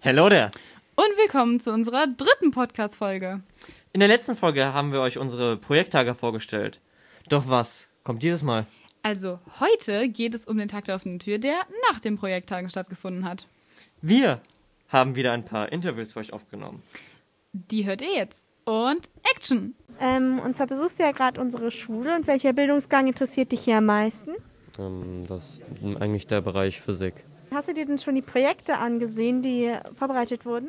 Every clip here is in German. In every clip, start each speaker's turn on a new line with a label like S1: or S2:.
S1: Hello there.
S2: Und willkommen zu unserer dritten Podcast-Folge.
S1: In der letzten Folge haben wir euch unsere Projekttage vorgestellt. Doch was kommt dieses Mal?
S2: Also heute geht es um den Tag der offenen Tür, der nach den Projekttagen stattgefunden hat.
S1: Wir haben wieder ein paar Interviews für euch aufgenommen.
S2: Die hört ihr jetzt. Und Action!
S3: Ähm, und zwar besuchst du ja gerade unsere Schule und welcher Bildungsgang interessiert dich hier am meisten?
S4: Ähm, das ist eigentlich der Bereich Physik.
S3: Hast du dir denn schon die Projekte angesehen, die vorbereitet wurden?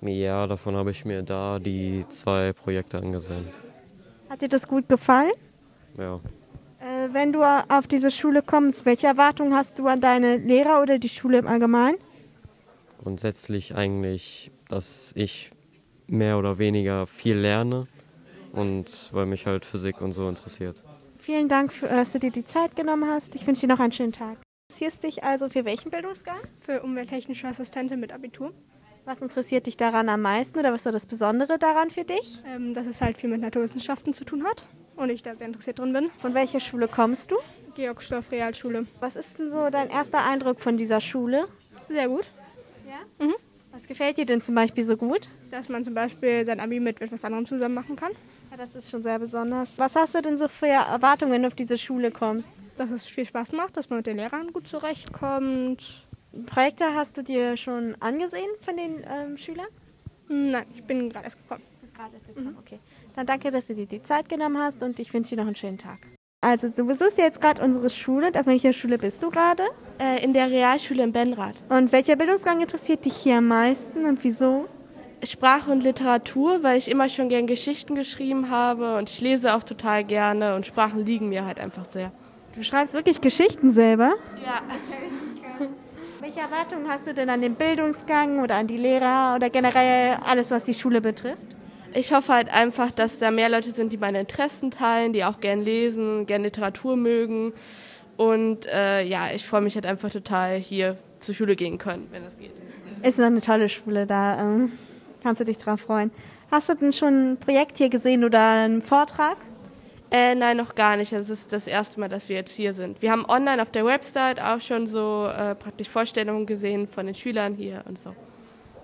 S4: Ja, davon habe ich mir da die zwei Projekte angesehen.
S3: Hat dir das gut gefallen?
S4: Ja.
S3: Äh, wenn du auf diese Schule kommst, welche Erwartungen hast du an deine Lehrer oder die Schule im Allgemeinen?
S4: Grundsätzlich eigentlich, dass ich mehr oder weniger viel lerne und weil mich halt Physik und so interessiert.
S3: Vielen Dank, für- dass du dir die Zeit genommen hast. Ich wünsche dir noch einen schönen Tag. Interessierst dich also für welchen Bildungsgang?
S5: für umwelttechnische Assistentin mit Abitur.
S3: Was interessiert dich daran am meisten oder was war das Besondere daran für dich?
S5: Ähm, dass es halt viel mit Naturwissenschaften zu tun hat und ich da sehr interessiert drin bin.
S3: Von welcher Schule kommst du?
S5: Georg Stoff Realschule.
S3: Was ist denn so dein erster Eindruck von dieser Schule?
S5: Sehr gut,
S3: Was gefällt dir denn zum Beispiel so gut?
S5: dass man zum Beispiel sein Abi mit etwas anderem zusammen machen kann.
S3: Ja, das ist schon sehr besonders. Was hast du denn so für Erwartungen, wenn du auf diese Schule kommst?
S5: Dass es viel Spaß macht, dass man mit den Lehrern gut zurechtkommt.
S3: Projekte hast du dir schon angesehen von den ähm, Schülern?
S5: Hm, Nein, ich bin gerade erst gekommen.
S3: Bis gerade ist gekommen, okay. Dann danke, dass du dir die Zeit genommen hast und ich wünsche dir noch einen schönen Tag. Also, du besuchst ja jetzt gerade unsere Schule. Und auf welcher Schule bist du gerade?
S6: Äh, in der Realschule in Benrath.
S3: Und welcher Bildungsgang interessiert dich hier am meisten und wieso?
S6: Sprache und Literatur, weil ich immer schon gern Geschichten geschrieben habe und ich lese auch total gerne und Sprachen liegen mir halt einfach sehr.
S3: Du schreibst wirklich Geschichten selber?
S6: Ja.
S3: Welche Erwartungen hast du denn an den Bildungsgang oder an die Lehrer oder generell alles, was die Schule betrifft?
S6: Ich hoffe halt einfach, dass da mehr Leute sind, die meine Interessen teilen, die auch gern lesen, gern Literatur mögen. Und äh, ja, ich freue mich halt einfach total, hier zur Schule gehen können, wenn das geht.
S3: Ist noch eine tolle Schule da. Ähm, kannst du dich drauf freuen. Hast du denn schon ein Projekt hier gesehen oder einen Vortrag?
S6: Äh, nein, noch gar nicht. Es ist das erste Mal, dass wir jetzt hier sind. Wir haben online auf der Website auch schon so äh, praktisch Vorstellungen gesehen von den Schülern hier und so.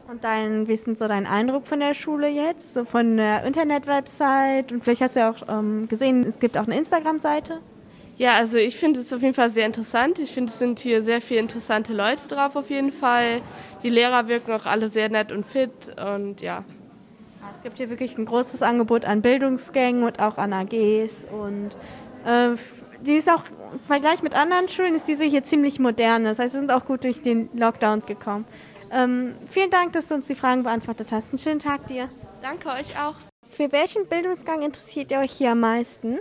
S3: Und dein Wissen, so dein Eindruck von der Schule jetzt, so von der Internet-Website und vielleicht hast du ja auch ähm, gesehen, es gibt auch eine Instagram-Seite.
S6: Ja, also ich finde es auf jeden Fall sehr interessant. Ich finde, es sind hier sehr viele interessante Leute drauf auf jeden Fall. Die Lehrer wirken auch alle sehr nett und fit und ja.
S3: Es gibt hier wirklich ein großes Angebot an Bildungsgängen und auch an AGs und äh, die ist auch im Vergleich mit anderen Schulen ist diese hier ziemlich modern. Das heißt, wir sind auch gut durch den Lockdown gekommen. Ähm, vielen Dank, dass du uns die Fragen beantwortet hast. Einen schönen Tag dir.
S6: Danke euch auch.
S3: Für welchen Bildungsgang interessiert ihr euch hier am meisten?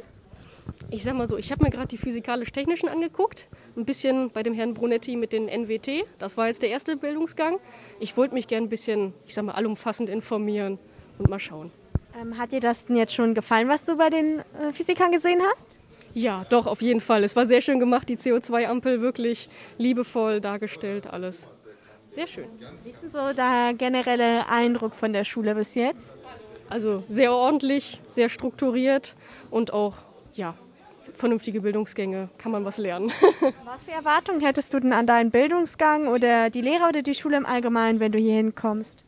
S7: Ich sag mal so, ich habe mir gerade die physikalisch-technischen angeguckt, ein bisschen bei dem Herrn Brunetti mit den NWT. Das war jetzt der erste Bildungsgang. Ich wollte mich gern ein bisschen, ich sag mal, allumfassend informieren und mal schauen.
S3: Ähm, hat dir das denn jetzt schon gefallen, was du bei den äh, Physikern gesehen hast?
S7: Ja, doch, auf jeden Fall. Es war sehr schön gemacht, die CO2-Ampel wirklich liebevoll dargestellt, alles. Sehr schön.
S3: Wie ist denn so der generelle Eindruck von der Schule bis jetzt?
S7: Also sehr ordentlich, sehr strukturiert und auch, ja, vernünftige Bildungsgänge. Kann man was lernen.
S3: Was für Erwartungen hättest du denn an deinen Bildungsgang oder die Lehrer oder die Schule im Allgemeinen, wenn du hier hinkommst?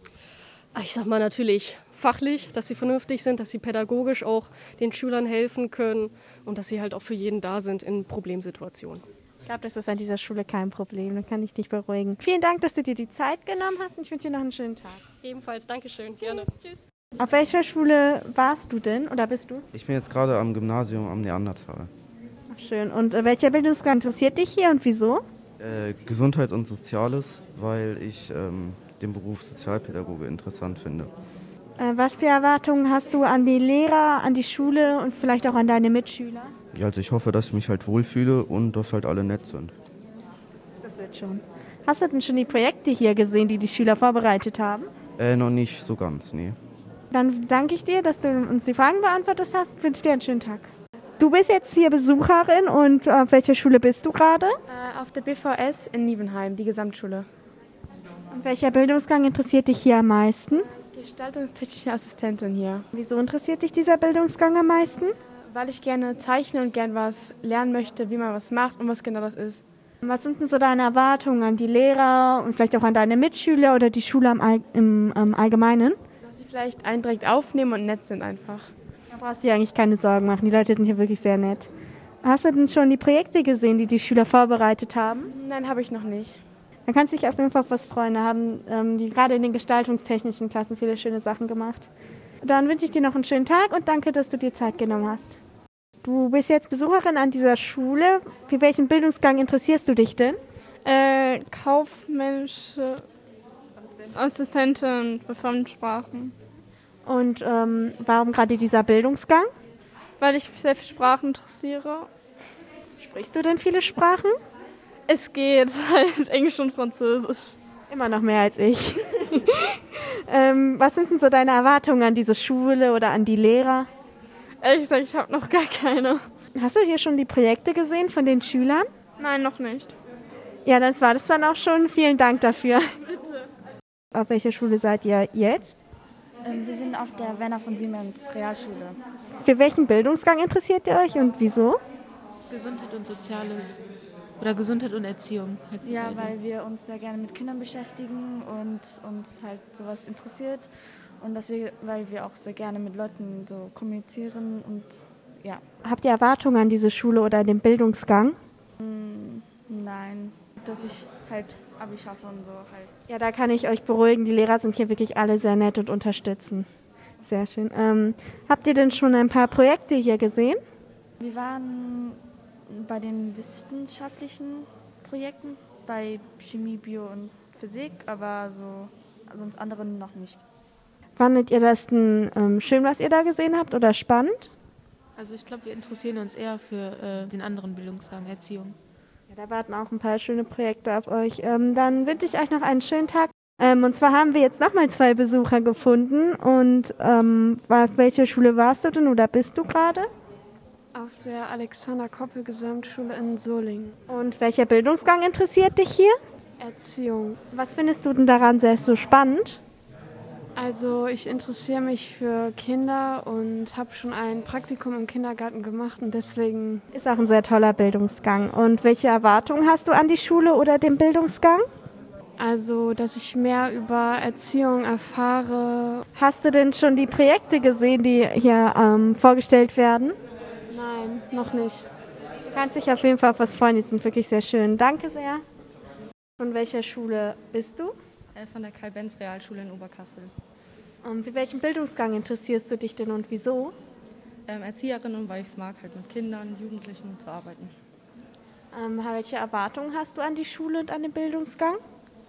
S7: Ah, Ich sag mal natürlich fachlich, dass sie vernünftig sind, dass sie pädagogisch auch den Schülern helfen können und dass sie halt auch für jeden da sind in Problemsituationen.
S3: Ich glaube, das ist an dieser Schule kein Problem, da kann ich dich beruhigen. Vielen Dank, dass du dir die Zeit genommen hast und ich wünsche dir noch einen schönen Tag.
S7: Ebenfalls, Dankeschön. Gerne. Tschüss.
S3: Auf welcher Schule warst du denn oder bist du?
S8: Ich bin jetzt gerade am Gymnasium am Neandertal.
S3: Ach, schön. Und äh, welcher Bildungsgang interessiert dich hier und wieso?
S8: Äh, Gesundheit und Soziales, weil ich ähm, den Beruf Sozialpädagoge interessant finde.
S3: Äh, Was für Erwartungen hast du an die Lehrer, an die Schule und vielleicht auch an deine Mitschüler?
S8: Ja, Also ich hoffe, dass ich mich halt wohlfühle und dass halt alle nett sind.
S3: Das wird schon. Hast du denn schon die Projekte hier gesehen, die die Schüler vorbereitet haben?
S8: Äh, noch nicht so ganz, nee.
S3: Dann danke ich dir, dass du uns die Fragen beantwortet hast. Ich wünsche dir einen schönen Tag. Du bist jetzt hier Besucherin und äh, auf welcher Schule bist du gerade?
S9: Äh, Auf der BVS in Niebenheim, die Gesamtschule.
S3: Und welcher Bildungsgang interessiert dich hier am meisten?
S9: Gestaltungstechnische Assistentin hier.
S3: Wieso interessiert dich dieser Bildungsgang am meisten?
S9: Weil ich gerne zeichne und gern was lernen möchte, wie man was macht und was genau das ist.
S3: Was sind denn so deine Erwartungen an die Lehrer und vielleicht auch an deine Mitschüler oder die Schule am All im ähm, Allgemeinen?
S9: Dass sie vielleicht einen direkt aufnehmen und nett sind einfach.
S3: Da brauchst du dir eigentlich keine Sorgen machen. Die Leute sind hier wirklich sehr nett. Hast du denn schon die Projekte gesehen, die die Schüler vorbereitet haben?
S9: Nein, habe ich noch nicht.
S3: Dann kannst du dich auf jeden Fall auf was freuen. Da haben ähm, die gerade in den gestaltungstechnischen Klassen viele schöne Sachen gemacht. Dann wünsche ich dir noch einen schönen Tag und danke, dass du dir Zeit genommen hast. Du bist jetzt Besucherin an dieser Schule. Für welchen Bildungsgang interessierst du dich denn?
S10: Äh, Kaufmensch, Assistentin für Fremdsprachen.
S3: Und ähm, warum gerade dieser Bildungsgang?
S10: Weil ich mich sehr für Sprachen interessiere.
S3: Sprichst du denn viele Sprachen?
S10: Es geht, halt Englisch und Französisch.
S3: Immer noch mehr als ich. ähm, was sind denn so deine Erwartungen an diese Schule oder an die Lehrer?
S10: Ehrlich gesagt, ich habe noch gar keine.
S3: Hast du hier schon die Projekte gesehen von den Schülern?
S10: Nein, noch nicht.
S3: Ja, das war das dann auch schon. Vielen Dank dafür. Bitte. Auf welcher Schule seid ihr jetzt?
S11: Ähm, Wir sind auf der Werner von Siemens Realschule.
S3: Für welchen Bildungsgang interessiert ihr euch und wieso?
S12: Gesundheit und Soziales. Oder Gesundheit und Erziehung.
S11: Halt ja, weil wir uns sehr gerne mit Kindern beschäftigen und uns halt sowas interessiert. Und dass wir, weil wir auch sehr gerne mit Leuten so kommunizieren und ja.
S3: Habt ihr Erwartungen an diese Schule oder an den Bildungsgang?
S11: Nein, dass ich halt Abi schaffe und so halt.
S3: Ja, da kann ich euch beruhigen. Die Lehrer sind hier wirklich alle sehr nett und unterstützen. Sehr schön. Ähm, habt ihr denn schon ein paar Projekte hier gesehen?
S11: Wir waren bei den wissenschaftlichen Projekten, bei Chemie, Bio und Physik, aber so sonst anderen noch nicht.
S3: Fandet ihr das denn ähm, schön, was ihr da gesehen habt oder spannend?
S12: Also ich glaube, wir interessieren uns eher für äh, den anderen Bildungsrahmen Erziehung.
S3: Ja, da warten auch ein paar schöne Projekte auf euch. Ähm, dann wünsche ich euch noch einen schönen Tag. Ähm, und zwar haben wir jetzt nochmal zwei Besucher gefunden. Und auf welche Schule warst du denn oder bist du gerade?
S13: Auf der Alexander Koppel Gesamtschule in Solingen.
S3: Und welcher Bildungsgang interessiert dich hier?
S13: Erziehung.
S3: Was findest du denn daran selbst so spannend?
S13: Also ich interessiere mich für Kinder und habe schon ein Praktikum im Kindergarten gemacht und deswegen
S3: ist auch ein sehr toller Bildungsgang. Und welche Erwartungen hast du an die Schule oder den Bildungsgang?
S13: Also, dass ich mehr über Erziehung erfahre.
S3: Hast du denn schon die Projekte gesehen, die hier ähm, vorgestellt werden?
S13: Nein, noch nicht.
S3: Du kannst dich auf jeden Fall auf was freuen, die sind wirklich sehr schön. Danke sehr. Von welcher Schule bist du?
S14: Äh, Von der Karl-Benz-Realschule in Oberkassel.
S3: Um, für welchen Bildungsgang interessierst du dich denn und wieso?
S14: Ähm, Erzieherin und weil ich es mag, halt mit Kindern, Jugendlichen zu arbeiten.
S3: Ähm, welche Erwartungen hast du an die Schule und an den Bildungsgang?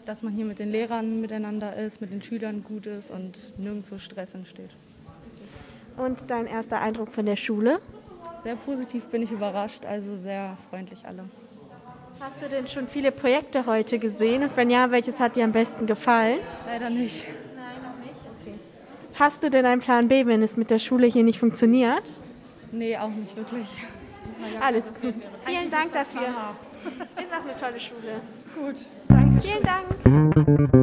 S14: Dass man hier mit den Lehrern miteinander ist, mit den Schülern gut ist und nirgendwo Stress entsteht.
S3: Und dein erster Eindruck von der Schule?
S14: Sehr positiv bin ich überrascht, also sehr freundlich alle.
S3: Hast du denn schon viele Projekte heute gesehen? Und wenn ja, welches hat dir am besten gefallen?
S14: Leider nicht.
S3: Nein, noch nicht? Okay. Hast du denn einen Plan B, wenn es mit der Schule hier nicht funktioniert?
S14: Nee, auch nicht wirklich.
S3: Alles gut. Vielen Dank dafür. Ist auch eine tolle Schule.
S14: Gut, danke.
S3: Vielen Dank.